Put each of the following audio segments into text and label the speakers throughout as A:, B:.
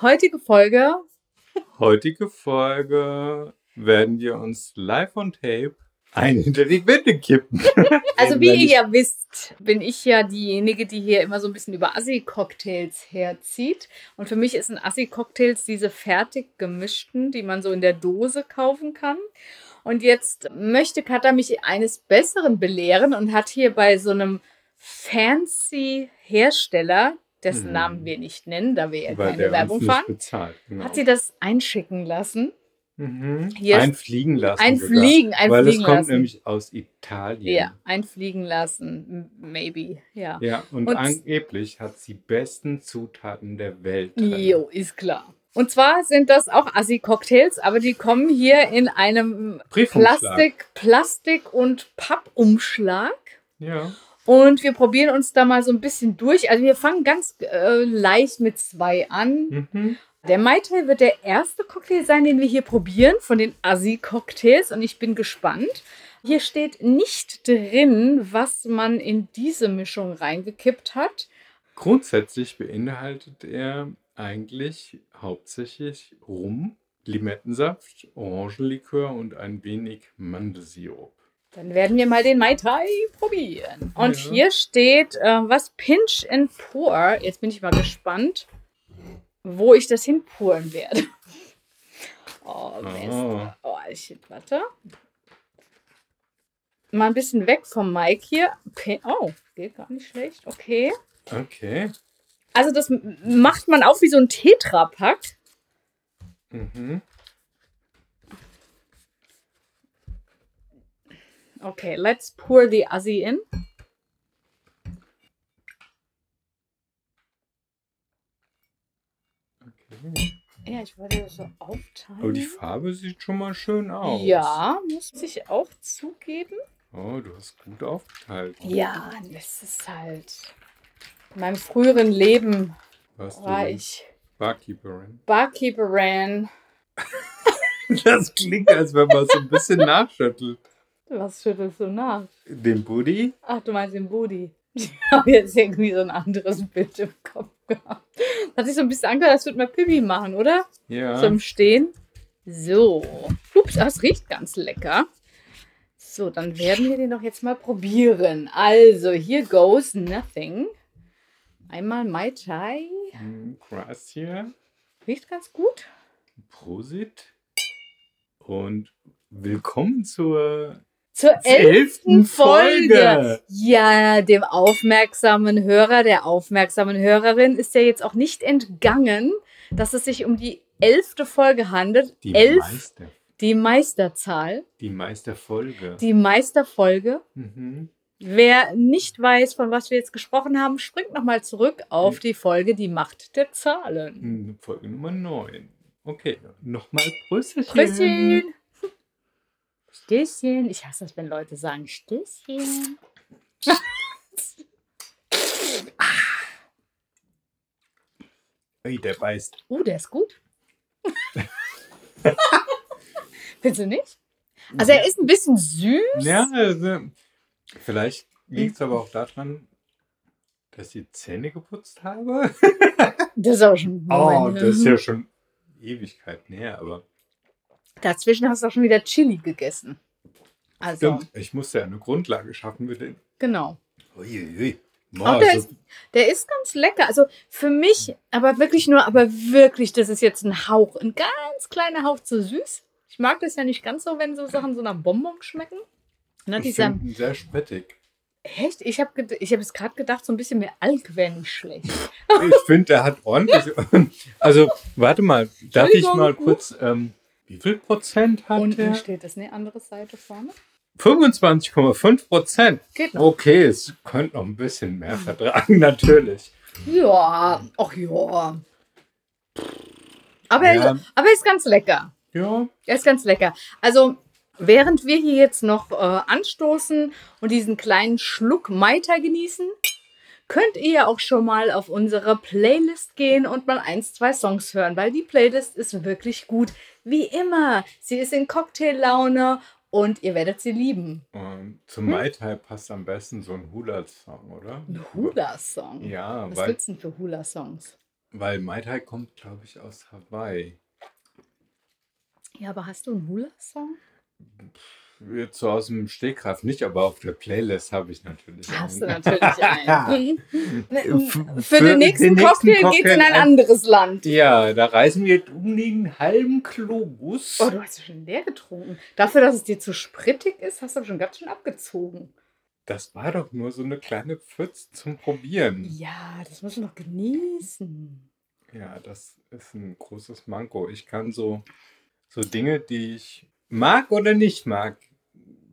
A: heutige Folge.
B: Heutige Folge werden wir uns live on tape ein hinter die Winde kippen.
A: Also
B: Eben,
A: wie
B: wenn
A: ihr
B: ich-
A: ja wisst, bin ich ja diejenige, die hier immer so ein bisschen über Assi-Cocktails herzieht. Und für mich ist ein Assi-Cocktails diese fertig gemischten, die man so in der Dose kaufen kann. Und jetzt möchte Katha mich eines Besseren belehren und hat hier bei so einem fancy Hersteller, dessen
B: Mhm.
A: Namen wir nicht nennen, da wir ja
B: Weil
A: keine
B: der
A: Werbung
B: uns nicht
A: fahren,
B: bezahlt. Genau.
A: hat sie das einschicken lassen.
B: mhm.
A: Hier ist-
B: einfliegen lassen. sogar.
A: Einfliegen, einfliegen
B: Weil es
A: lassen.
B: kommt nämlich aus Italien.
A: Ja, einfliegen lassen, m- maybe, ja.
B: Ja, und,
A: Und-
B: angeblich hat sie besten Zutaten der Welt. drin.
A: Jo, ist klar. Und zwar sind das auch Assi-Cocktails, aber die kommen hier in einem
B: Briefumschlag.
A: Plastik, Plastik- und Pappumschlag.
B: Ja.
A: Und wir probieren uns da mal so ein bisschen durch. Also wir fangen ganz äh, leicht mit zwei an.
B: Mhm.
A: Der Mai Tai wird der erste Cocktail sein, den wir hier probieren von den Assi-Cocktails und ich bin gespannt. Hier steht nicht drin, was man in diese Mischung reingekippt hat.
B: Grundsätzlich beinhaltet er eigentlich hauptsächlich Rum, Limettensaft, Orangenlikör und ein wenig Mandelsirup.
A: Dann werden wir mal den Mai Tai probieren. Und
B: Ja.
A: hier steht, äh, was Pinch and Pour. Jetzt bin ich mal gespannt, wo ich das hinpuren werde. Oh, Mist.
B: Ah.
A: Oh, shit, warte. Mal ein bisschen weg vom Mic hier. Pin oh, geht gar nicht schlecht. Okay.
B: Okay.
A: Also das m- macht man auf wie so ein Tetrapack.
B: Mhm.
A: Okay, let's pour the Assi in.
B: okay.
A: Ja, ich wollte das so aufteilen.
B: Aber Oh, die Farbe sieht schon mal schön aus.
A: Ja, muss ich auch zugeben.
B: Oh, du hast gut aufgeteilt.
A: Ja, das ist halt. In meinem früheren Leben
B: Warst
A: war
B: du
A: ich
B: Barkeeperin.
A: Barkeeperin.
B: Das klingt, als wenn man so ein bisschen nachschüttelt.
A: Was schüttelst du nach?
B: Den Buddy?
A: Ach, du meinst den Booty. Ich habe jetzt irgendwie so ein anderes Bild im Kopf gehabt. Hat sich so ein bisschen angehört, als würde man Pipi machen, oder?
B: Ja.
A: Zum Stehen. So. Ups, das riecht ganz lecker. So, dann werden wir den doch jetzt mal probieren. Also, here goes nothing. Einmal Mai Tai.
B: Mm, Grazie.
A: Riecht ganz gut.
B: Prosit. Und willkommen zur
A: Zur elften
B: elften
A: Folge.
B: Folge.
A: Ja, dem aufmerksamen Hörer, der aufmerksamen Hörerin ist ja jetzt auch nicht entgangen, dass es sich um die elfte Folge handelt.
B: die,
A: Elf,
B: Meister,
A: die Meisterzahl,
B: die Meisterfolge.
A: die Meisterfolge.
B: mhm.
A: Wer nicht weiß, von was wir jetzt gesprochen haben, springt nochmal zurück auf
B: Mhm.
A: die Folge Die Macht der Zahlen.
B: Mm, Folge Nummer 9. Okay, nochmal Prösterchen.
A: Grüßchen. Stößchen. Ich hasse das, wenn Leute sagen Stößchen.
B: Ui, der beißt.
A: Uh, der ist gut. Findest du nicht? Also er ist ein bisschen süß.
B: Ja, also, vielleicht liegt es aber auch daran, dass ich die Zähne geputzt habe.
A: Das ist auch schon.
B: Oh,
A: Moment. ne?
B: das ist ja schon Ewigkeiten her, aber
A: Dazwischen hast du auch schon wieder Chili gegessen. Also,
B: stimmt, ich musste ja eine Grundlage schaffen mit den.
A: genau.
B: Uiuiui. Also
A: Auch
B: Boah,
A: der
B: so,
A: Der Oh, ist ganz lecker. Also für mich, aber wirklich nur, aber wirklich, das ist jetzt ein Hauch, ein ganz kleiner Hauch zu süß. Ich mag das ja nicht ganz so, wenn so Sachen so nach Bonbon schmecken. Na,
B: ich
A: dieser,
B: find ihn sehr spettig.
A: echt? Ich habe ich hab jetzt gerade gedacht, so ein bisschen mehr Alk wäre nicht schlecht.
B: Ich finde, der hat ordentlich. Also, warte mal, darf ich
A: Entschuldigung.
B: mal kurz. Ähm, wie viel Prozent hat
A: Unten
B: der?
A: steht das, ne? Andere Seite vorne.
B: 25,5 Prozent.
A: Geht noch.
B: Okay, es könnte noch ein bisschen mehr vertragen, natürlich.
A: Ja, ach ja. Aber,
B: Ja.
A: Er, aber er ist ganz lecker.
B: Ja,
A: Er ist ganz lecker. Also, während wir hier jetzt noch äh, anstoßen und diesen kleinen Schluck Maita genießen, könnt ihr ja auch schon mal auf unsere Playlist gehen und mal eins, zwei Songs hören, weil die Playlist ist wirklich gut. Wie immer. Sie ist in Cocktaillaune und ihr werdet sie lieben.
B: Und zum Mai Tai passt am besten so ein Hula-Song, oder?
A: Hm. Ein Hula-Song.
B: Ja,
A: Was
B: weil
A: gibt's denn für Hula-Songs?
B: Weil Mai Tai kommt, glaube ich, aus Hawaii.
A: Ja, aber hast du einen Hula-Song?
B: Jetzt so aus dem Stegreif nicht, aber auf der Playlist habe ich natürlich.
A: Hast du
B: einen.
A: natürlich einen.
B: Für-
A: Für, den nächsten
B: den nächsten
A: Cocktail geht's in ein
B: Cocktail.
A: anderes Land.
B: Ja, da reisen wir um den halben Globus.
A: Oh, du hast ja schon leer getrunken. Dafür, dass es dir zu sprittig ist, hast du schon ganz schön abgezogen.
B: Das war doch nur so eine kleine Pfütze zum Probieren.
A: Ja, das muss man noch genießen.
B: Ja, das ist ein großes Manko. Ich kann so, so Dinge, die ich mag oder nicht mag,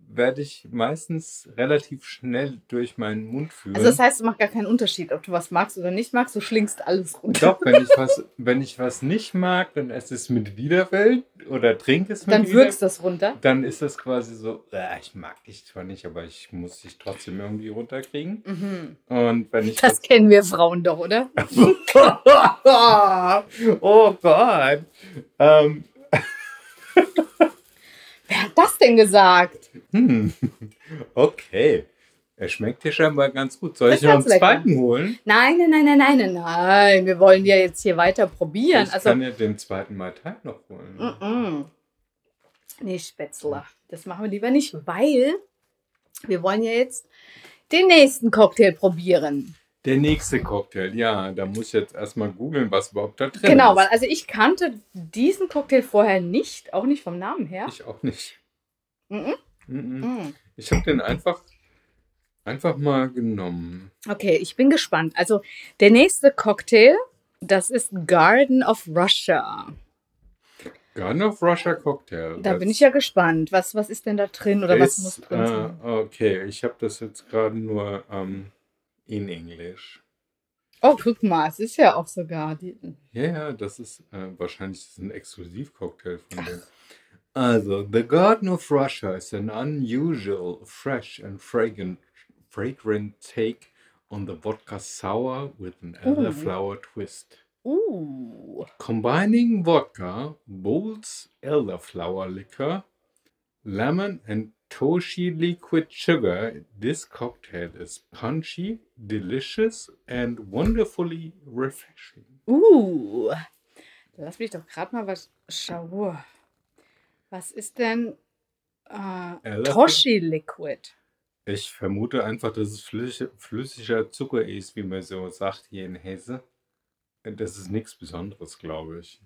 B: werde ich meistens relativ schnell durch meinen Mund führen.
A: Also das heißt, es macht gar keinen Unterschied, ob du was magst oder nicht magst. Du schlingst alles runter.
B: Doch, wenn ich, was, wenn ich was nicht mag, dann esse es mit Widerwillen oder trinke es mit
A: Dann
B: Widerwillen.
A: wirkst das runter.
B: Dann ist das quasi so, äh, ich mag dich zwar nicht, aber ich muss dich trotzdem irgendwie runterkriegen.
A: Mhm.
B: Und wenn ich
A: Das kennen wir Frauen doch, oder?
B: was... oh Gott. Ähm,
A: Wer hat das denn gesagt?
B: hm. Okay. Er schmeckt dir scheinbar ganz gut. Soll
A: Das
B: ich noch einen
A: ist ganz lecker.
B: zweiten holen?
A: Nein, nein, nein, nein, nein, nein, nein. Wir wollen ja jetzt hier weiter probieren.
B: ich
A: Also,
B: kann ja den zweiten Mai Tai noch holen.
A: mm-mm. nee, Spätzler. Das machen wir lieber nicht, weil wir wollen ja jetzt den nächsten Cocktail probieren.
B: Der nächste Cocktail, ja, da muss ich jetzt erstmal googeln, was überhaupt da drin
A: Genau, weil
B: ist.
A: also ich kannte diesen Cocktail vorher nicht, auch nicht vom Namen her.
B: Ich auch nicht.
A: Mhm.
B: Mhm.
A: Mm.
B: Ich habe den einfach, einfach mal genommen.
A: Okay, ich bin gespannt. Also der nächste Cocktail, das ist Garden of Russia.
B: Garden of Russia Cocktail.
A: Da bin ich ja gespannt. Was, was ist denn da drin oder was muss drin sein?
B: äh, Okay, ich habe das jetzt gerade nur ähm, in Englisch.
A: Oh, guck mal, es ist ja auch sogar die.
B: Ja, ja, das ist äh, wahrscheinlich ist es ein Exklusivcocktail von denen. Also, The Garden of Russia is an unusual, fresh and fragrant, fragrant take on the vodka sour with an elderflower twist.
A: Uh.
B: Combining vodka, Bolt's elderflower liquor, lemon, and Toshi liquid sugar, this cocktail is punchy, delicious, and wonderfully refreshing.
A: Uh. Lass mich doch gerade mal was schauen. Was ist denn äh,
B: Elderflower-
A: Toshi Liquid?
B: Ich vermute einfach, dass es flüssig, flüssiger Zucker ist, wie man so sagt hier in Hesse. Das ist nichts Besonderes, glaube ich.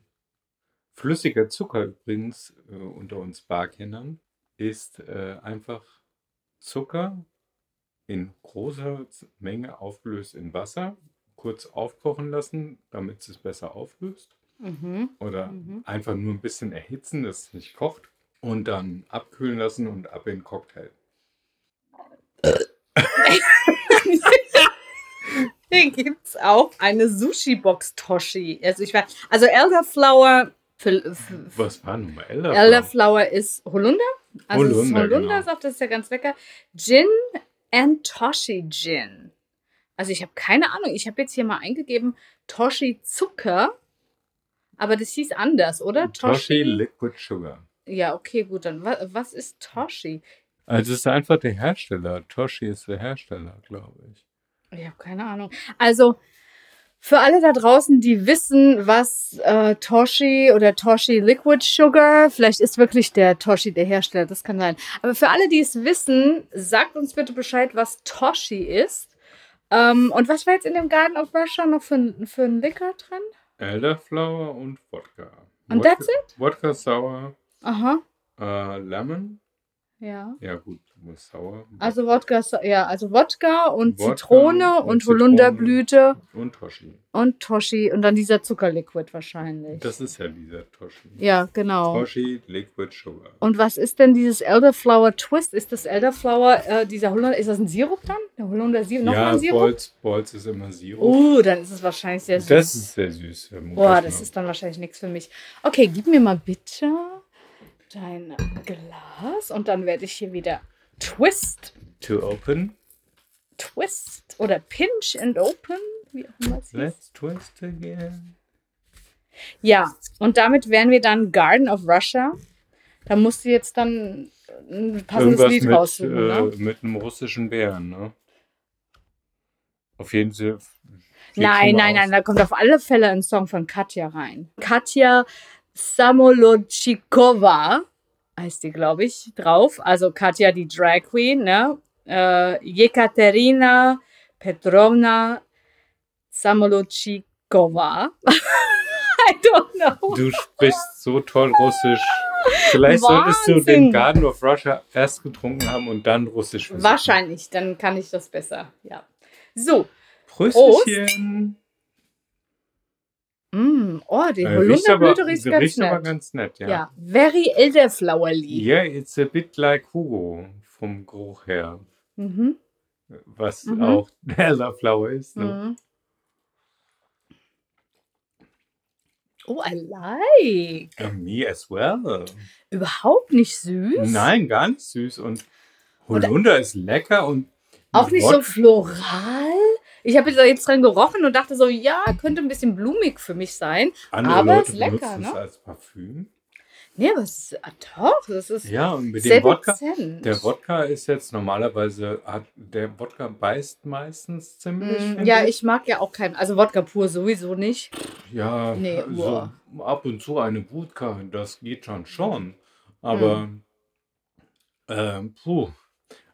B: Flüssiger Zucker übrigens äh, unter uns Barkennern ist äh, einfach Zucker in großer Z- Menge aufgelöst in Wasser, kurz aufkochen lassen, damit es besser auflöst.
A: Mhm.
B: Oder
A: Mhm.
B: einfach nur ein bisschen erhitzen, dass es nicht kocht. Und dann abkühlen lassen und ab in den Cocktail.
A: Hier gibt es auch eine Sushi-Box Toshi. Also, ich weiß, also Elderflower. Für, für,
B: Was war nun mal Elderflower?
A: Elderflower ist Holunder. Also Holunder,
B: Holunder, genau.
A: Holundersaft, das ist ja ganz lecker. Gin and Toshi Gin. Also ich habe keine Ahnung. Ich habe jetzt hier mal eingegeben Toshi Zucker, aber das hieß anders, oder?
B: Toshi Liquid Sugar.
A: Ja, okay, gut. Dann was, was ist Toshi?
B: Also es ist einfach der Hersteller. Toshi ist der Hersteller, glaube ich.
A: Ich habe keine Ahnung. Also für alle da draußen, die wissen, was äh, Toshi oder Toshi Liquid Sugar, vielleicht ist wirklich der Toshi der Hersteller, das kann sein. Aber für alle, die es wissen, sagt uns bitte Bescheid, was Toshi ist. Ähm, und was war jetzt in dem Garden of Russia noch für, ein- für ein Liquor drin?
B: Elderflower und Wodka.
A: Und
B: Wodka,
A: that's
B: it? Wodka Sour,
A: Aha,
B: äh, Lemon.
A: ja.
B: Ja gut, nur Sour.
A: Also Wodka, ja, also Wodka und
B: Wodka
A: Zitrone
B: und
A: und,
B: Zitrone.
A: Holunderblüte
B: Und Toshi.
A: und Toshi und dann dieser Zuckerliquid wahrscheinlich.
B: Das ist ja dieser Toshi.
A: ja, genau.
B: Toshi Liquid Sugar.
A: Und was ist denn dieses Elderflower Twist? Ist das Elderflower, äh, dieser Holunder, ist das ein Sirup dann? Der Holunder Sirup? Noch mal
B: ja,
A: ein Sirup?
B: Bolz, Bolz ist immer Sirup.
A: Oh, dann ist es wahrscheinlich sehr süß.
B: das ist genau. sehr süß. vermute
A: Boah,
B: ich
A: das
B: mal.
A: ist dann wahrscheinlich nichts für mich. Okay, gib mir mal bitte dein Glas und dann werde ich hier wieder Twist,
B: To open,
A: Twist oder Pinch and Open, wie auch immer es hieß.
B: let's twist again.
A: Ja, und damit wären wir dann Garden of Russia. Da musst du jetzt dann ein passendes Lied
B: Irgendwas äh,
A: raussuchen.
B: mit,
A: ne?
B: äh, mit einem russischen Bären, ne? Auf jeden Fall.
A: Nein, nein, nein, da kommt auf alle Fälle ein Song von Katja rein. Katja Samolotchikova heißt die, glaube ich, drauf. Also Katja, die Drag Queen, ne? Äh, Jekaterina Petrovna Samolotchikova. I don't know.
B: Du sprichst so toll Russisch. Vielleicht solltest du
A: Wahnsinn.
B: den Garden of Russia erst getrunken haben und dann Russisch versuchen.
A: Wahrscheinlich, dann kann ich das besser, ja. So,
B: Prösterchen.
A: mm, oh, die
B: Äh, riecht aber-
A: Holunderblüte riecht ganz
B: riecht aber
A: nett.
B: ganz nett,
A: ja.
B: ja. ja.
A: very elderflowerly.
B: Yeah, it's a bit like Hugo vom Geruch her.
A: Mhm.
B: Was
A: Mhm.
B: auch Elderflower ist. Ne?
A: Mhm. Oh, I like.
B: Ja, Me as well.
A: Überhaupt nicht süß.
B: Nein, gar nicht süß. Und
A: Und-
B: Holunder ist lecker und
A: Auch nicht so
B: Wod-
A: floral. Ich habe jetzt, jetzt dran gerochen und dachte so, ja, könnte ein bisschen blumig für mich sein.
B: andere
A: aber
B: Leute
A: ist lecker,
B: benutzen es
A: ne?
B: als Parfüm.
A: Nee, aber es ist, ah, doch, das ist
B: Ja, und mit
A: sehr
B: dem Wodka.
A: dezent.
B: Der Wodka ist jetzt normalerweise, hat, der Wodka beißt meistens ziemlich.
A: Mm,
B: finde
A: ja, ich mag ja auch keinen, also Wodka pur sowieso nicht.
B: Ja,
A: Nee,
B: so ab und zu eine Wodka, das geht schon schon. Aber,
A: Mm.
B: ähm, puh.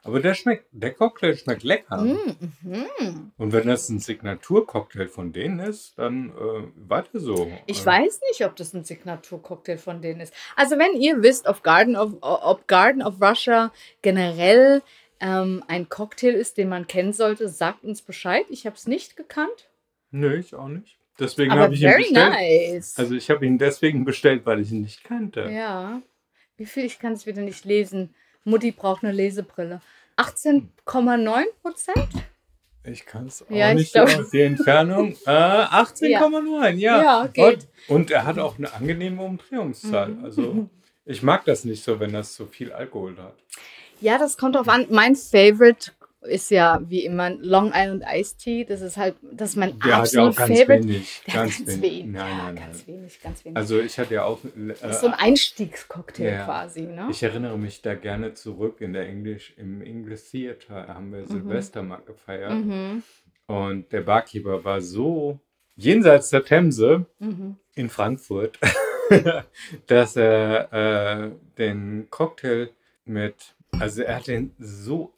B: Aber der schmeckt, der Cocktail schmeckt lecker.
A: Mm, mhm.
B: Und wenn das ein Signaturcocktail von denen ist, dann äh, weiter so.
A: Ich
B: Äh,
A: weiß nicht, ob das ein Signaturcocktail von denen ist. Also wenn ihr wisst, ob Garden of, ob Garden of Russia generell ähm, ein Cocktail ist, den man kennen sollte, sagt uns Bescheid. Ich habe es nicht gekannt,
B: Nö, ich auch nicht. Deswegen
A: aber
B: habe ich ihn
A: very
B: bestellt.
A: nice.
B: Also ich habe ihn deswegen bestellt, weil ich ihn nicht kannte.
A: ja. Wie viel? Ich kann es wieder nicht lesen. Mutti braucht eine Lesebrille. 18,9 Prozent?
B: Ich kann es auch
A: Ja, ich
B: nicht
A: glaub-
B: aus der Entfernung. Äh, 18,9, ja.
A: Ja, geht.
B: Und, und er hat auch eine angenehme Umdrehungszahl.
A: Mhm.
B: Also ich mag das nicht so, wenn das so viel Alkohol hat.
A: Ja, das kommt drauf an. Mein Favorite ist ja wie immer Long Island Iced Tea. Das ist halt, das ist mein
B: Der hat ja
A: absolut
B: auch ganz
A: Favorite.
B: wenig.
A: Ja,
B: Ganz, wenig.
A: Ja,
B: Nein, nein, nein.
A: Ganz wenig, ganz wenig.
B: Also ich hatte ja auch.
A: das ist so ein
B: Äh,
A: Einstiegscocktail
B: ja.
A: quasi, ne?
B: ich erinnere mich da gerne zurück in der English, im English Theater haben wir Silvester mal gefeiert.
A: Mhm.
B: Und der Barkeeper war so jenseits der Themse,
A: Mhm.
B: in Frankfurt, dass er äh, den Cocktail mit, also er hat den so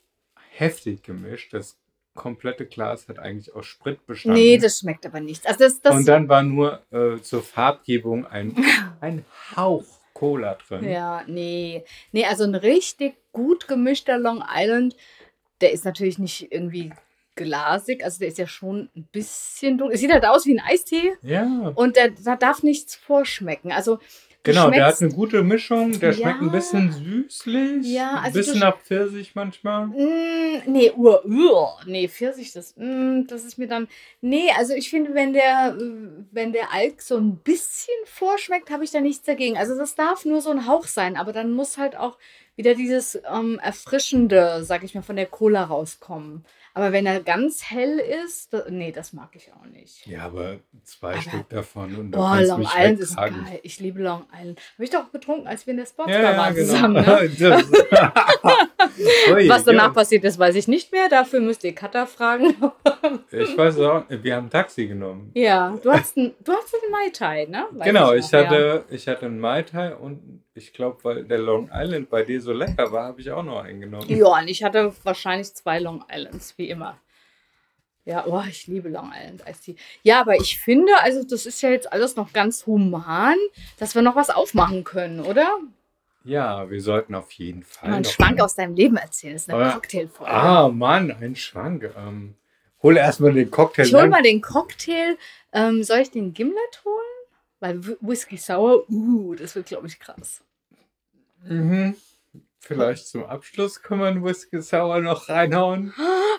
B: heftig gemischt, das komplette Glas hat eigentlich aus Sprit bestanden.
A: Nee, das schmeckt aber nichts. Also das, das
B: Und dann war nur äh, zur Farbgebung ein, ein Hauch Cola drin.
A: ja, nee. Nee, also ein richtig gut gemischter Long Island, der ist natürlich nicht irgendwie glasig, also der ist ja schon ein bisschen dunkel. Es sieht halt aus wie ein Eistee
B: Ja,
A: und da, da darf nichts vorschmecken. Also du
B: genau, der hat
A: schmeckst-
B: eine gute Mischung, der schmeckt
A: Ja.
B: ein bisschen süßlich,
A: Ja,
B: ein
A: also
B: bisschen
A: du-
B: nach Pfirsich manchmal.
A: Mm, nee, ur, ur. Nee, Pfirsich, das, mm, das ist mir dann. Nee, also ich finde, wenn der, äh, wenn der Alk so ein bisschen vorschmeckt, habe ich da nichts dagegen. Also das darf nur so ein Hauch sein, aber dann muss halt auch wieder dieses ähm, Erfrischende, sag ich mal, von der Cola rauskommen. Aber wenn er ganz hell ist, da, nee, das mag ich auch nicht.
B: Ja, aber zwei
A: Aber-
B: Stück davon und
A: Boah,
B: dann
A: Long
B: mich
A: Island ist
B: wegtragen.
A: geil. Ich liebe Long Island. Habe ich doch getrunken, als wir in der Sportsbar
B: Ja, ja,
A: waren
B: genau.
A: zusammen. Ne?
B: Das- Ui,
A: Was danach
B: ja.
A: passiert ist, weiß ich nicht mehr. Dafür müsst ihr Katha fragen.
B: Ich weiß auch, wir haben ein Taxi genommen.
A: Ja, du hast einen, du hast einen Mai Tai, ne? Weiß
B: genau,
A: noch,
B: ich hatte, ich hatte einen Mai Tai und ich glaube, weil der Long Island bei dir so lecker war, habe ich auch noch einen genommen.
A: Ja. ja, und ich hatte wahrscheinlich zwei Long Islands, wie immer. Ja, oh, ich liebe Long Island Ice Tea. Ja, aber ich finde, also das ist ja jetzt alles noch ganz human, dass wir noch was aufmachen können, oder?
B: Ja, wir sollten auf jeden Fall.
A: Mal einen
B: noch
A: Schwank
B: einen-
A: aus deinem Leben erzählen. Das ist eine
B: Aber-
A: Cocktailfolge.
B: Ah, Mann, ein Schwank. Ähm, hol erstmal den Cocktail.
A: ich hol
B: lang.
A: mal den Cocktail. Ähm, soll ich den Gimlet holen? Weil Wh- Whisky Sour, uh, das wird, glaube ich, krass.
B: Mhm. Vielleicht zum Abschluss können wir einen Whisky Sour noch reinhauen.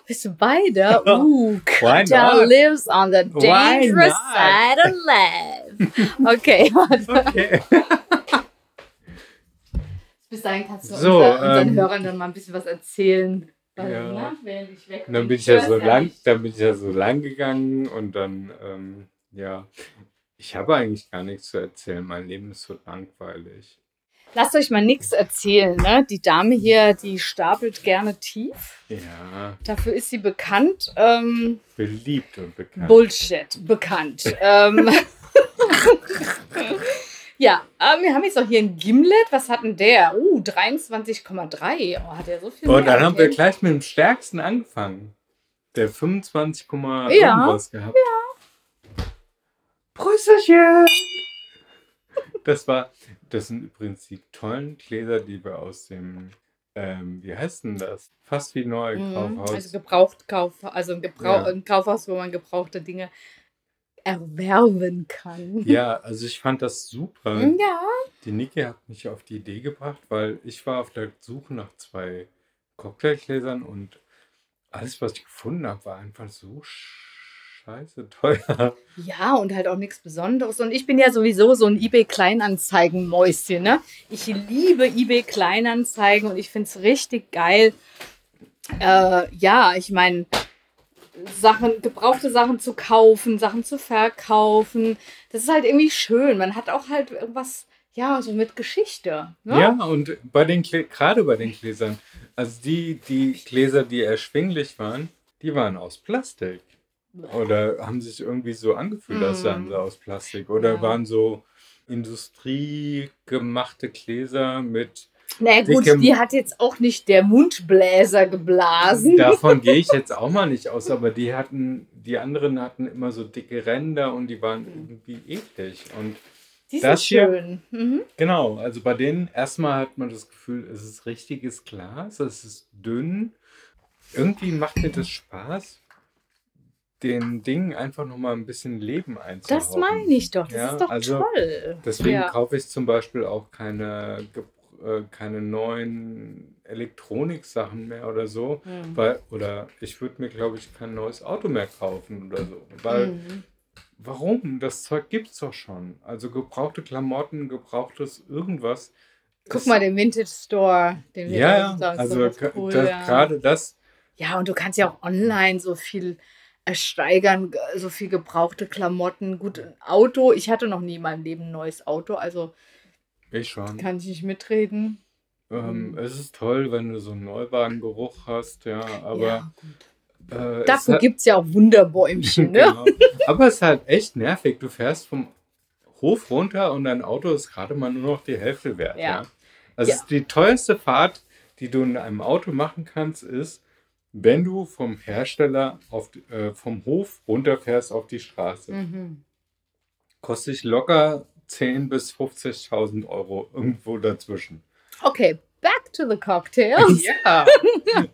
A: Bist du beide? Uh,
B: Why
A: Katja
B: not?
A: lives on the
B: Why
A: dangerous
B: not?
A: side of life. Okay,
B: Okay.
A: bis dahin kannst du
B: So,
A: unser, unseren
B: ähm,
A: Hörern dann mal ein bisschen was erzählen. Also,
B: Ja.
A: ne, wenn ich weg
B: Und dann bin ich ja
A: hör's
B: so lang,
A: nicht.
B: dann bin ich ja so lang gegangen und dann, ähm, ja, ich habe eigentlich gar nichts zu erzählen. Mein Leben ist so langweilig.
A: Lasst euch mal nichts erzählen, ne? Die Dame hier, die stapelt gerne tief.
B: Ja,
A: Dafür ist sie bekannt. Ähm,
B: beliebt und bekannt.
A: Bullshit, bekannt. ähm, ja, aber wir haben jetzt auch hier ein Gimlet. Was hat denn der? Uh, 23,3. Oh, hat er so viel. mehr
B: und dann haben wir
A: Antennen.
B: gleich mit dem stärksten angefangen. Der 25, ja.
A: Ja.
B: irgendwas gehabt. Ja. Prüsserchen! Das war, das sind übrigens die tollen Gläser, die wir aus dem, ähm, wie heißt denn das? Fast wie neu
A: Mhm,
B: Kaufhaus.
A: Also gebraucht Kauf, also ein, Gebrauch,
B: Ja.
A: ein Kaufhaus, wo man gebrauchte Dinge erwerben kann.
B: Ja, also ich fand das super.
A: Ja.
B: Die Niki hat mich auf die Idee gebracht, weil ich war auf der Suche nach zwei Cocktailgläsern und alles, was ich gefunden habe, war einfach so scheiße teuer.
A: ja, und halt auch nichts Besonderes. Und ich bin ja sowieso so ein eBay-Kleinanzeigen-Mäuschen. Ne? Ich liebe eBay-Kleinanzeigen und ich finde es richtig geil. Äh, ja, ich meine, Sachen, gebrauchte Sachen zu kaufen, Sachen zu verkaufen. Das ist halt irgendwie schön. Man hat auch halt irgendwas, ja, so mit Geschichte. Ne?
B: Ja, und bei den Glä- gerade bei den Gläsern, also die, die Gläser, die erschwinglich waren, die waren aus Plastik. Oder haben sich irgendwie so angefühlt, als wären
A: Mhm.
B: sie aus Plastik. Oder
A: Ja.
B: waren so industriegemachte Gläser mit
A: Na gut,
B: Dicke-
A: die hat jetzt auch nicht der Mundbläser geblasen.
B: Davon gehe ich jetzt auch mal nicht aus, aber die hatten, die anderen hatten immer so dicke Ränder und die waren irgendwie eklig. Und
A: die sind
B: das hier-
A: schön. Mhm.
B: genau, also bei denen erstmal hat man das Gefühl, es ist richtiges Glas, es ist dünn. Irgendwie macht mir das Spaß, den Dingen einfach nochmal ein bisschen Leben einzuhauchen.
A: Das meine ich doch. Das
B: Ja,
A: ist doch
B: also
A: toll.
B: Deswegen
A: ja.
B: kaufe ich zum Beispiel auch keine, Gebr- äh, keine neuen Elektroniksachen mehr oder so.
A: Mhm.
B: Weil, oder ich würde mir, glaube ich, kein neues Auto mehr kaufen oder so. Weil,
A: Mhm.
B: warum? Das Zeug gibt's doch schon. Also gebrauchte Klamotten, gebrauchtes irgendwas.
A: Guck
B: ist-
A: mal, den Vintage Store. Den wir
B: Ja, ja.
A: da haben, das
B: Also
A: ist doch
B: ka-
A: cool,
B: das,
A: ja.
B: gerade das.
A: ja, und du kannst ja auch online so viel ersteigern, ge- so viel gebrauchte Klamotten. Gut, ein Auto. Ich hatte noch nie in meinem Leben ein neues Auto, also
B: Ich schon.
A: kann ich nicht mitreden.
B: Ähm, es ist toll, wenn du so einen Neuwagengeruch hast, ja. Aber
A: ja, gut.
B: äh, es
A: Dafür
B: hat-
A: gibt es ja auch Wunderbäumchen, ne?
B: Genau. Aber es ist halt echt nervig. Du fährst vom Hof runter und dein Auto ist gerade mal nur noch die Hälfte wert. Ja.
A: Ja.
B: Also
A: Ja.
B: es ist die teuerste Fahrt, die du in einem Auto machen kannst, ist, wenn du vom Hersteller auf, die- äh, vom Hof runterfährst auf die Straße.
A: Mhm.
B: Kostet dich locker 10.000 bis 50.000 Euro irgendwo dazwischen.
A: Okay, back to the cocktails.
B: Ja.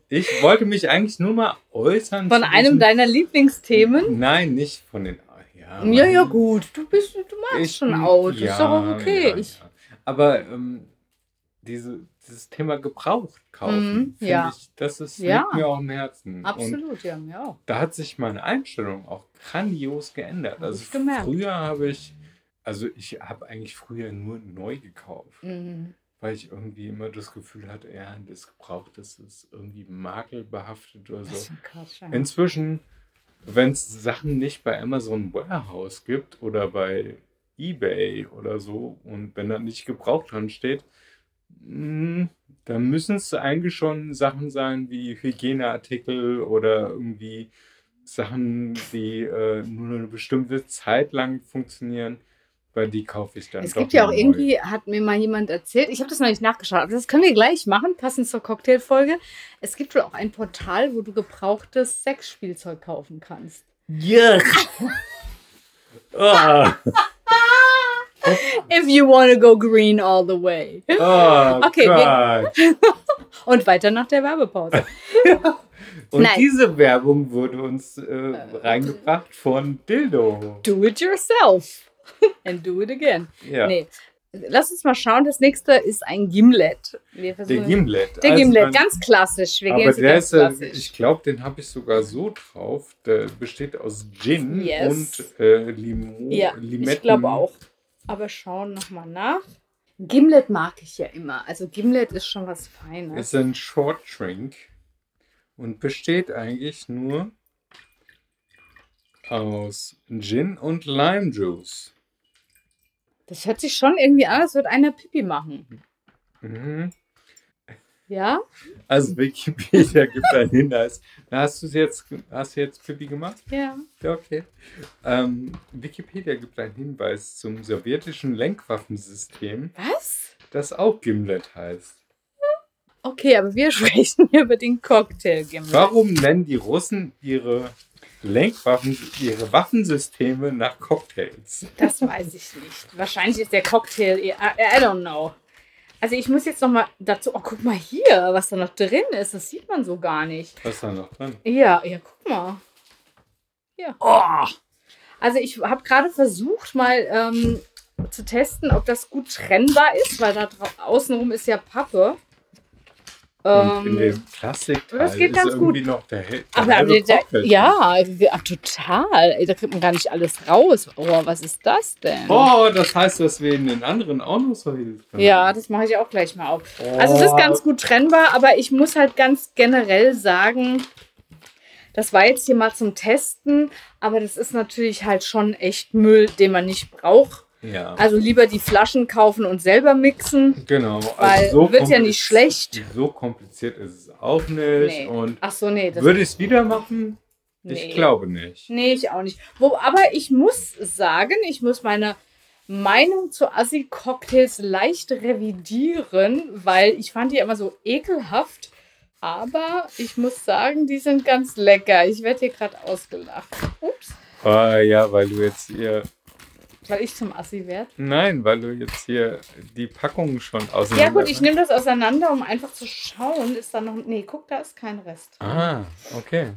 B: Ich wollte mich eigentlich nur mal äußern.
A: Von
B: zu
A: einem
B: diesem-
A: deiner Lieblingsthemen?
B: Nein, nicht von den. Ja,
A: Ja, ja, gut. Du bist, du machst schon out.
B: ja,
A: ist doch auch okay.
B: ja,
A: Ich,
B: ja. Aber ähm, diese, dieses Thema gebraucht kaufen,
A: Mhm,
B: find
A: ja.
B: ich, das ist
A: Ja.
B: liegt mir auch am Herzen. Und
A: absolut, ja, mir auch.
B: da hat sich meine Einstellung auch grandios geändert.
A: Hab
B: also
A: ich gemerkt.
B: früher habe ich, also ich habe eigentlich früher nur neu gekauft,
A: Mhm.
B: weil ich irgendwie immer das Gefühl hatte, ja, das gebraucht, das ist irgendwie makelbehaftet oder
A: Das
B: so.
A: ist ein Quatsch, ja.
B: Inzwischen, wenn es Sachen nicht bei Amazon Warehouse gibt oder bei eBay oder so und wenn da nicht gebraucht dran steht, mm, dann müssen es eigentlich schon Sachen sein wie Hygieneartikel oder irgendwie Sachen, die äh, nur eine bestimmte Zeit lang funktionieren, weil die kaufe ich dann.
A: Es
B: doch
A: gibt ja auch
B: neu.
A: irgendwie, hat mir mal jemand erzählt, ich habe das noch nicht nachgeschaut, aber das können wir gleich machen, passend zur Cocktailfolge. Es gibt wohl auch ein Portal, wo du gebrauchtes Sexspielzeug kaufen kannst.
B: Ah,
A: If you wanna go green all the way.
B: ah,
A: Okay, wir-
B: Gott.
A: Und weiter nach der Werbepause.
B: Und
A: Nein.
B: diese Werbung wurde uns äh, reingebracht von Dildo.
A: Do it yourself. And do it again.
B: Ja.
A: Nee. Lass uns mal schauen. Das nächste ist ein Gimlet. Wir
B: Der
A: versuchen-
B: Gimlet.
A: also Der Gimlet,
B: man-
A: ganz klassisch. Wir gehen
B: aber
A: jetzt
B: der
A: ganz
B: ist, äh,
A: klassisch.
B: ich glaube, den habe ich sogar so drauf. Der besteht aus Gin
A: Yes.
B: und äh, Limo,
A: ja,
B: Limetten.
A: ich glaube auch. Aber schauen nochmal nach. Gimlet mag ich ja immer. Also Gimlet ist schon was Feines.
B: Ist ein Short Drink und besteht eigentlich nur aus Gin und Lime Juice.
A: Das hört sich schon irgendwie an, als würde einer Pipi machen.
B: Mhm.
A: Ja?
B: Also Wikipedia gibt einen Hinweis. Na, hast du es jetzt, hast du jetzt Pipi gemacht?
A: Ja.
B: Ja, okay. Ähm, Wikipedia gibt einen Hinweis zum sowjetischen Lenkwaffensystem,
A: Was?
B: das auch Gimlet heißt.
A: Okay, aber wir sprechen hier über den Cocktail Gimlet.
B: Warum nennen die Russen ihre Lenkwaffen, ihre Waffensysteme nach Cocktails?
A: Das weiß ich nicht. Wahrscheinlich ist der Cocktail. eher- I, I don't know. Also ich muss jetzt noch mal dazu. Oh, guck mal hier, was da noch drin ist. Das sieht man so gar nicht.
B: Was ist da noch dran?
A: Ja, ja, guck mal. Ja. Oh. Also ich habe gerade versucht, mal ähm, zu testen, ob das gut trennbar ist, weil da drau- außenrum ist ja Pappe.
B: Und in dem Plastik
A: Ähm, das geht
B: ist
A: ganz
B: irgendwie noch der, Hel- der
A: Aber
B: halbe
A: aber da,
B: Cocktail.
A: ja, ja, total. Ey, Da kriegt man gar nicht alles raus. Oh, was ist das denn?
B: Oh, das heißt, dass wir in den anderen auch noch so hilft.
A: Ja, das mache ich auch gleich mal auf.
B: Oh.
A: Also es ist ganz gut trennbar, aber ich muss halt ganz generell sagen, das war jetzt hier mal zum Testen, aber das ist natürlich halt schon echt Müll, den man nicht braucht.
B: Ja.
A: Also lieber die Flaschen kaufen und selber mixen.
B: Genau.
A: Weil wird ja
B: kompli-
A: nicht schlecht.
B: So kompliziert ist es auch nicht.
A: Nee.
B: Und
A: Ach so, nee, das
B: würde ich es wieder machen?
A: nee.
B: Ich glaube nicht.
A: Nee, ich auch nicht. Wo, aber ich muss sagen, ich muss meine Meinung zu Assi-Cocktails leicht revidieren, weil ich fand die immer so ekelhaft. Aber ich muss sagen, die sind ganz lecker. Ich werde hier gerade ausgelacht. Ups,
B: Ah, ja, weil du jetzt hier.
A: weil ich zum Assi werde.
B: Nein, weil du jetzt hier die Packung schon auseinander.
A: Ja gut, ich nehme das auseinander, um einfach zu schauen. Ist da noch... Nee, guck, da ist kein Rest.
B: Ah, okay.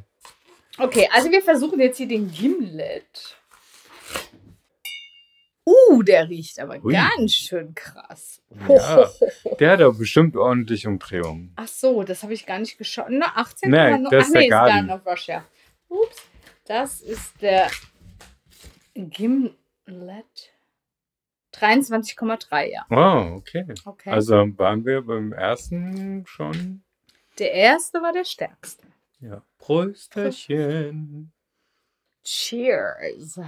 A: Okay, also wir versuchen jetzt hier den Gimlet. Uh, der riecht aber
B: Ui.
A: ganz schön krass.
B: Ja. Der hat aber bestimmt ordentlich Umdrehungen.
A: Ach so, das habe ich gar nicht geschaut. Na, 18
B: Nein,
A: noch-
B: das ist
A: Ach,
B: der
A: nee,
B: Garden.
A: Garden of Russia. Ups, das ist der Gimlet. 23,3, ja.
B: Wow, okay.
A: Okay.
B: Also waren wir beim ersten schon.
A: der erste war der stärkste.
B: Ja. Prösterchen.
A: Cheers.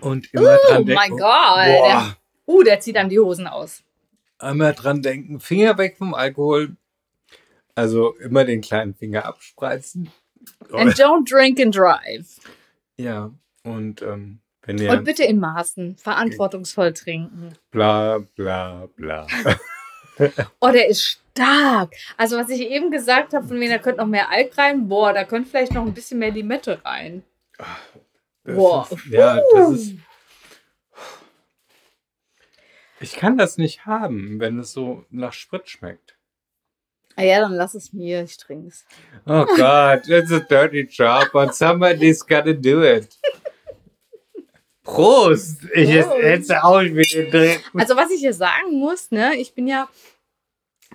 B: Und immer
A: Oh
B: dran denken.
A: mein Gott.
B: Boah,
A: Uh, der zieht dann die Hosen aus.
B: immer dran denken. Finger weg vom Alkohol. Also immer den kleinen Finger abspreizen.
A: And don't drink and drive.
B: Ja. Und ähm, wenn ihr
A: Und bitte in Maßen, verantwortungsvoll trinken.
B: bla bla bla.
A: Oh, der ist stark. Also, was ich eben gesagt habe, von wegen, da könnte noch mehr Alk rein. Boah, da könnte vielleicht noch ein bisschen mehr Limette rein.
B: Das
A: Boah.
B: Ist, ja, das ist. Ich kann das nicht haben, wenn es so nach Sprit schmeckt.
A: Ah ja, dann lass es mir, ich trinke es.
B: Oh Gott, it's a dirty job, but somebody's gotta do it. Prost! Ich esse
A: Prost.
B: jetzt auch mit den Dritten.
A: Also, was ich hier sagen muss, ne, ich bin ja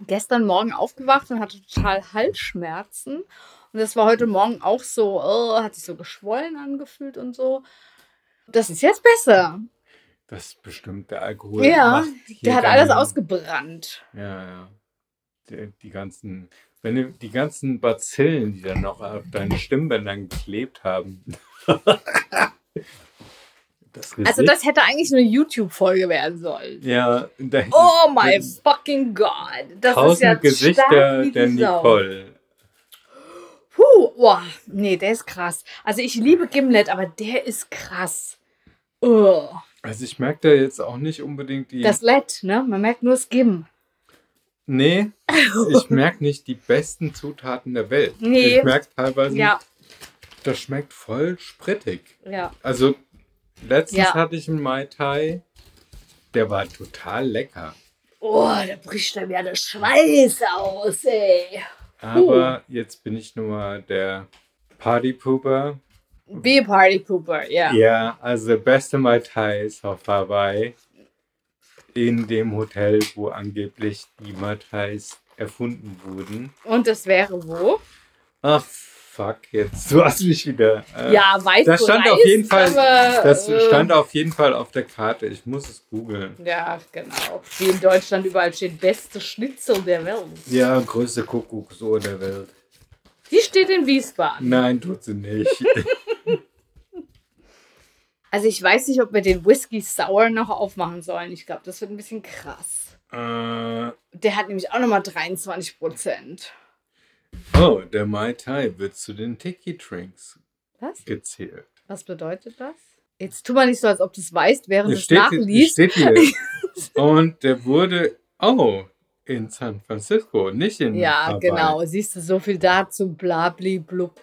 A: gestern Morgen aufgewacht und hatte total Halsschmerzen. Und das war heute Morgen auch so, oh, hat sich so geschwollen angefühlt und so. Das ist jetzt besser.
B: Das ist bestimmt der Alkohol.
A: Ja,
B: macht hier
A: Der hat alles
B: deinen-
A: ausgebrannt.
B: Ja, ja. Die, die ganzen, wenn du, die ganzen Bazillen, die dann noch auf deinen Stimmbändern geklebt haben. das
A: Also, das hätte eigentlich eine YouTube-Folge werden sollen.
B: Ja, da hinten
A: Oh my
B: sind
A: fucking God. Das ist ja
B: tausend Gesichter
A: stark wie
B: der
A: die Sau.
B: Nicole.
A: Puh, boah, nee, der ist krass. Also ich liebe Gimlet, aber der ist krass. Oh,
B: Also ich merke da jetzt auch nicht unbedingt die.
A: das Let, ne? Man merkt nur das Gim.
B: nee, ich merke nicht die besten Zutaten der Welt.
A: Nee.
B: Ich merke teilweise,
A: Ja,
B: das schmeckt voll sprittig.
A: ja.
B: Also letztens
A: Ja.
B: hatte ich einen Mai Tai, der war total lecker.
A: Oh, da bricht einem ja der Schweiß aus, ey.
B: Aber jetzt bin ich nur mal der Partypooper.
A: Be a party pooper, ja.
B: Ja. also der beste Mai Tai ist auf Hawaii. In dem Hotel, wo angeblich die Mai Tais erfunden wurden.
A: Und das wäre wo?
B: Ach, fuck, jetzt. Du hast mich wieder. äh,
A: ja, weiß
B: das stand auf
A: bereist,
B: jeden Fall-
A: aber,
B: Das
A: äh,
B: stand auf jeden Fall auf der Karte. Ich muss es googeln.
A: Ja, genau. Wie in Deutschland überall steht, beste Schnitzel der Welt.
B: Ja, größte Kuckucksuhr der Welt.
A: Die steht in Wiesbaden.
B: Nein, tut sie nicht.
A: Also ich weiß nicht, ob wir den Whisky Sour noch aufmachen sollen. Ich glaube, das wird ein bisschen krass.
B: Äh,
A: Der hat nämlich auch nochmal 23 Prozent.
B: oh, der Mai Tai wird zu den Tiki Drinks
A: Was?
B: gezählt.
A: Was bedeutet das? Jetzt tu mal nicht so, als ob du es weißt, während du
B: Es
A: es
B: steht, hier- es
A: nachliest.
B: steht hier. Und der wurde, oh, in San Francisco, nicht in
A: Ja,
B: Hawaii.
A: genau. Siehst du, so viel dazu, blabli, blub.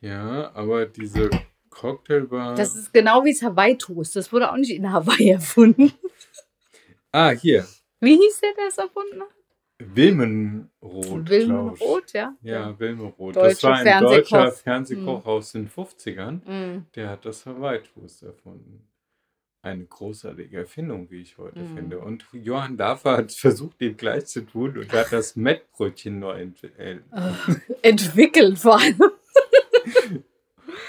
B: Ja, aber diese Cocktailbar.
A: Das ist genau wie das Hawaii-Toast. Das wurde auch nicht in Hawaii erfunden.
B: ah, hier.
A: Wie hieß der, der es erfunden hat?
B: Wilmenroth. glaub ich.
A: Wilmenroth, ja.
B: Ja, Wilmenroth. das
A: Deutscher
B: war ein
A: Fernsehkoch. Hm.
B: deutscher Fernsehkoch aus den 50ern.
A: Mhm.
B: Der hat das Hawaii-Toast erfunden. Eine großartige Erfindung, wie ich heute
A: Mhm.
B: finde. Und Johann Dafer hat versucht, dem gleich zu tun und hat das Mettbrötchen neu entwickelt.
A: Entwickelt vor allem.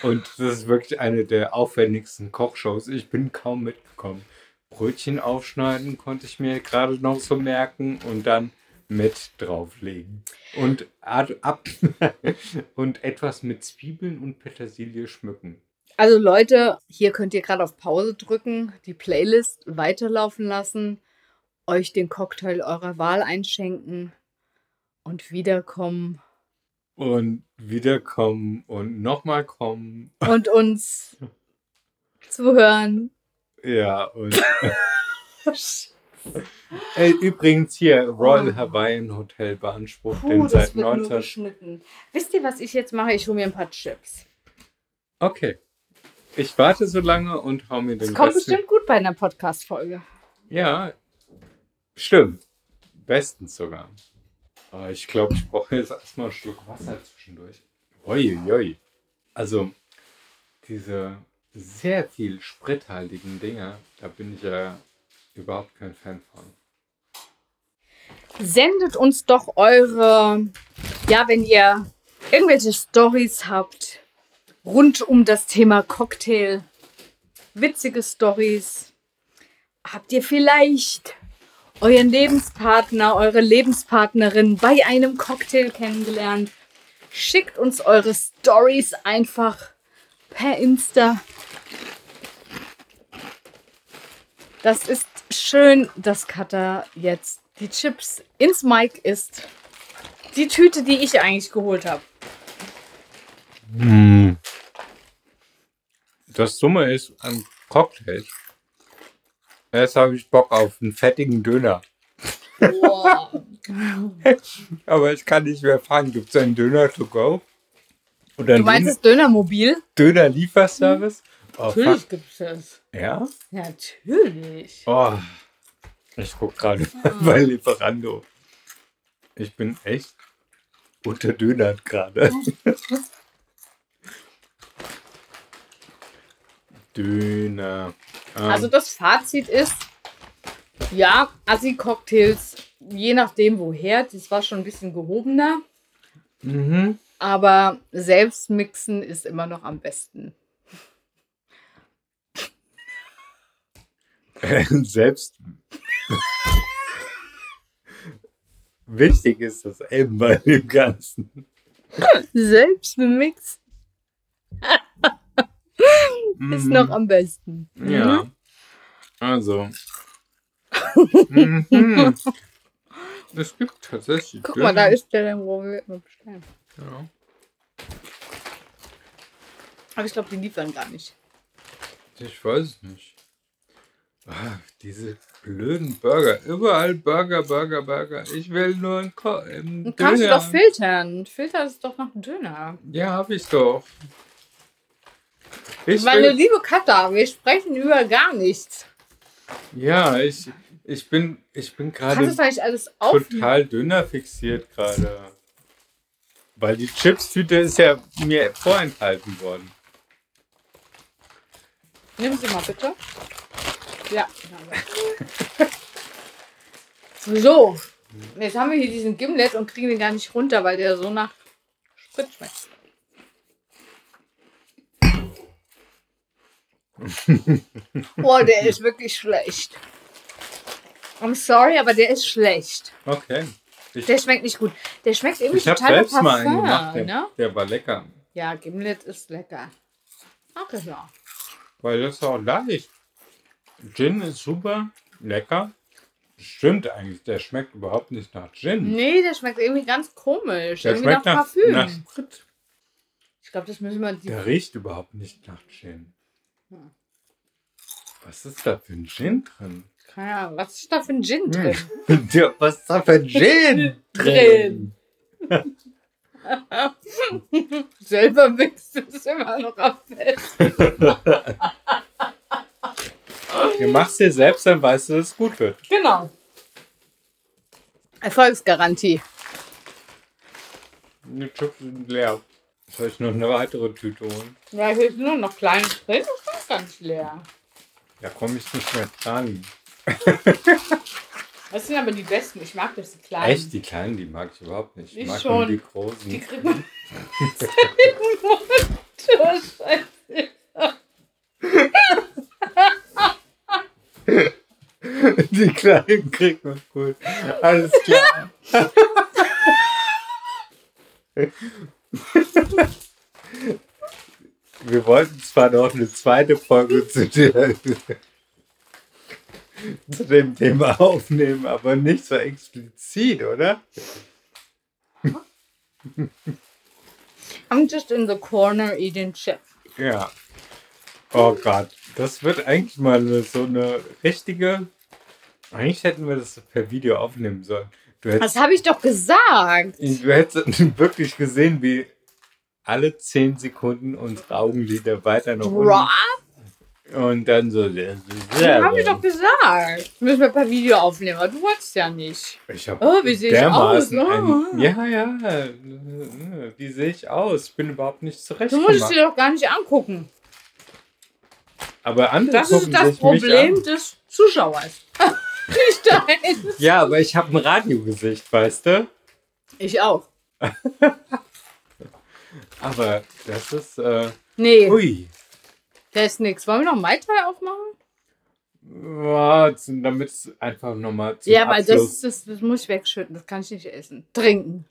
B: Und das ist wirklich eine der aufwendigsten Kochshows. Ich bin kaum mitgekommen. Brötchen aufschneiden konnte ich mir gerade noch so merken und dann Met drauflegen. Und ad- ab und etwas mit Zwiebeln und Petersilie schmücken.
A: Also Leute, hier könnt ihr gerade auf Pause drücken, die Playlist weiterlaufen lassen, euch den Cocktail eurer Wahl einschenken und wiederkommen
B: Und wiederkommen und nochmal kommen.
A: und uns zuhören.
B: Ja, und. Ey, übrigens hier, Royal
A: Oh.
B: Hawaiian Hotel beansprucht den seit 19.
A: geschnitten. Wisst ihr, was ich jetzt mache? Ich hole mir ein paar Chips.
B: Okay. Ich warte so lange und hau mir den
A: Das kommt
B: Rest-
A: bestimmt gut bei einer Podcast-Folge.
B: Ja, stimmt. Bestens sogar. Aber ich glaube, ich brauche jetzt erstmal einen Schluck Wasser zwischendurch. Uiuiui. Also, diese sehr viel sprithaltigen Dinger, da bin ich ja überhaupt kein Fan von.
A: sendet uns doch eure, ja, wenn ihr irgendwelche Stories habt rund um das Thema Cocktail, witzige Stories. Habt ihr vielleicht euren Lebenspartner, eure Lebenspartnerin bei einem Cocktail kennengelernt? Schickt uns eure Stories einfach per Insta. Das ist schön, dass Katha jetzt die Chips ins Mike isst. Die Tüte, die ich eigentlich geholt habe.
B: Das Summe ist am Cocktail. Jetzt habe ich Bock auf einen fettigen Döner.
A: Wow.
B: Aber ich kann nicht mehr fahren. Gibt es einen Döner to go? Oder
A: Du meinst das Dönermobil?
B: Döner-Lieferservice? Oh, fuck.
A: Natürlich gibt es das.
B: Ja?
A: Natürlich.
B: Oh, ich gucke gerade
A: Ah.
B: bei Lieferando. Ich bin echt unterdönert gerade. Döner. Ähm,
A: Also das Fazit ist, ja, Assi-Cocktails, je nachdem woher, das war schon ein bisschen gehobener,
B: mhm.
A: aber selbst mixen ist immer noch am besten.
B: Selbst. Wichtig ist das eben bei dem Ganzen.
A: Selbst mixen ist noch Mhm. am besten.
B: Mhm. Ja. Also. mhm. Es gibt tatsächlich.
A: Guck mal, da
B: Döner.
A: ist der dann, wo wir immer bestellen.
B: Ja.
A: Aber ich glaube, die liefern gar nicht.
B: Ich weiß es nicht. Ah, diese blöden Burger. Überall Burger, Burger, Burger. Ich will nur einen Ko einen
A: Dann kannst du
B: Döner.
A: doch filtern. Filter ist doch noch ein Döner.
B: Ja, hab ich doch. Ich
A: Meine
B: will,
A: liebe Katha, wir sprechen über gar nichts.
B: ja, ich, ich bin, ich bin
A: Kannst du halt
B: gerade
A: das eigentlich alles auf?
B: total Döner fixiert gerade. Weil die Chips-Tüte ist ja mir vorenthalten worden.
A: Nimm sie mal bitte. Ja. so. Jetzt haben wir hier diesen Gimlet und kriegen den gar nicht runter, weil der so nach Sprit schmeckt. Boah, der ist wirklich schlecht. I'm sorry, aber der ist schlecht.
B: Okay. Ich,
A: Der schmeckt nicht gut. Der schmeckt irgendwie
B: ich habe
A: total nach
B: selbst mal einen
A: Parfum,
B: gemacht. Der,
A: ne?
B: der war lecker.
A: Ja, Gimlet ist lecker. Okay, ja.
B: Weil das ist auch leicht. Gin ist super, lecker. Stimmt eigentlich, der schmeckt überhaupt nicht nach Gin.
A: Nee, der schmeckt irgendwie ganz komisch.
B: der
A: irgendwie
B: schmeckt
A: nach,
B: nach,
A: Parfüm.
B: nach Sprit.
A: ich glaube, das müssen wir. Die
B: Der riecht überhaupt nicht nach Gin.
A: Hm.
B: Was ist da für ein Gin drin?
A: keine Ahnung, was ist da für ein
B: Hm.
A: Gin drin?
B: Ja, was ist da für ein Gin
A: Drin. Selber mixt es immer noch auf Fest.
B: Du machst dir selbst, dann weißt du, dass es gut wird.
A: Genau. Erfolgsgarantie.
B: Die Chips sind leer. Soll ich noch eine weitere Tüte holen?
A: Ja, hier ist nur noch kleines drin und ganz, ganz leer.
B: Da komme ich nicht mehr dran.
A: Das sind aber die besten. Ich mag das die kleinen.
B: Echt, die kleinen, die mag ich überhaupt nicht. Ich
A: Ich
B: mag
A: schon.
B: nur die
A: Die
B: großen.
A: kriegt man. Scheiße.
B: Die kleinen kriegt man gut. Alles klar. Wir wollten zwar noch eine zweite Folge zu, der, zu dem Thema aufnehmen, aber nicht so explizit, oder?
A: I'm just in the corner eating chips.
B: Ja. Oh Gott, das wird eigentlich mal eine, so eine richtige. Eigentlich hätten wir das per Video aufnehmen sollen. Du hättest,
A: Das habe ich doch gesagt.
B: du hättest wirklich gesehen, wie alle 10 Sekunden unsere Augenlider weiter nach
A: Bra,
B: unten und dann so.
A: das habe ich doch gesagt. Müssen wir per Video aufnehmen, aber du wolltest ja nicht.
B: Ich hab
A: Oh, wie sehe ich
B: dermaßen
A: aus?
B: Ein,
A: Oh.
B: ja, ja. Wie sehe ich aus? Ich bin überhaupt nicht
A: Du musst es
B: zurechtgemacht.
A: dir doch gar nicht angucken.
B: Aber andere
A: Das ist
B: gucken
A: das
B: sich mich an.
A: Problem des Zuschauers. nicht dein.
B: Ja, aber ich habe ein Radiogesicht, weißt du?
A: Ich auch.
B: Aber das ist. Äh,
A: Nee,
B: ui.
A: da ist nichts. Wollen wir noch einen Mai Tai aufmachen?
B: Ja, zum- Damit es einfach nochmal zum
A: ja, weil das,
B: Abschluss.
A: das, das muss ich wegschütten. Das kann ich nicht essen. Trinken.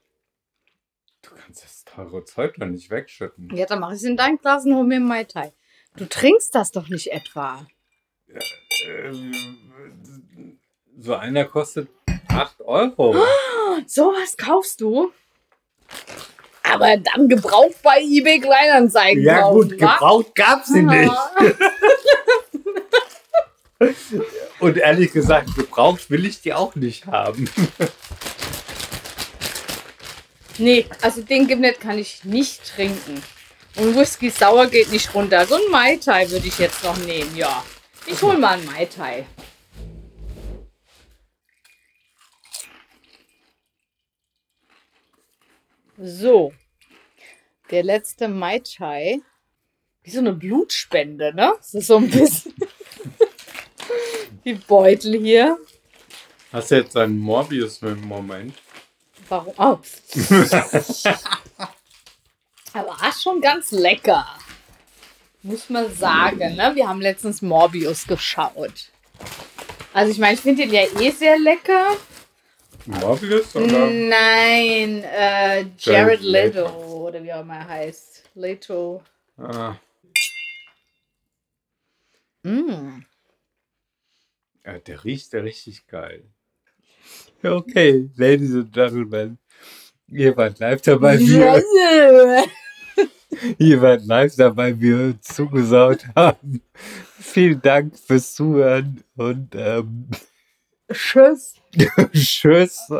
B: Du kannst das teure Zeug doch nicht wegschütten.
A: Ja, dann mach ich es in dein Glas und hol mir einen Mai Tai. Du trinkst das doch nicht etwa.
B: Ähm, So einer kostet 8 Euro.
A: Sowas kaufst du? Aber dann gebraucht bei eBay Kleinanzeigen. kaufen, wa?
B: gab sie Und ehrlich gesagt, gebraucht will ich die auch nicht haben.
A: Nee, also den Gimlet kann ich nicht trinken. Und Whisky sauer geht nicht runter. So ein Mai Tai würde ich jetzt noch nehmen, ja. Ich hol mal einen Mai Tai. So. Der letzte Mai Tai. Wie so eine Blutspende, ne? Das ist so ein bisschen. Die Beutel hier.
B: Hast du jetzt einen Morbius im Moment?
A: Warum? Oh. Aber ach, schon ganz lecker. Muss man sagen, ne? Wir haben letztens Morbius geschaut. Also ich meine, ich finde den ja eh sehr lecker.
B: Morbius oder?
A: Mm. Nein, äh,
B: Jared
A: Jared
B: Leto.
A: Leto oder wie auch immer er heißt. Leto.
B: Ah,
A: Mm.
B: ja, der riecht ja richtig geil. Okay, Ladies and Gentlemen. Ihr wart live dabei. Wir jemand live dabei mir zugesaut haben. Vielen Dank fürs Zuhören und ähm,
A: Tschüss.
B: tschüss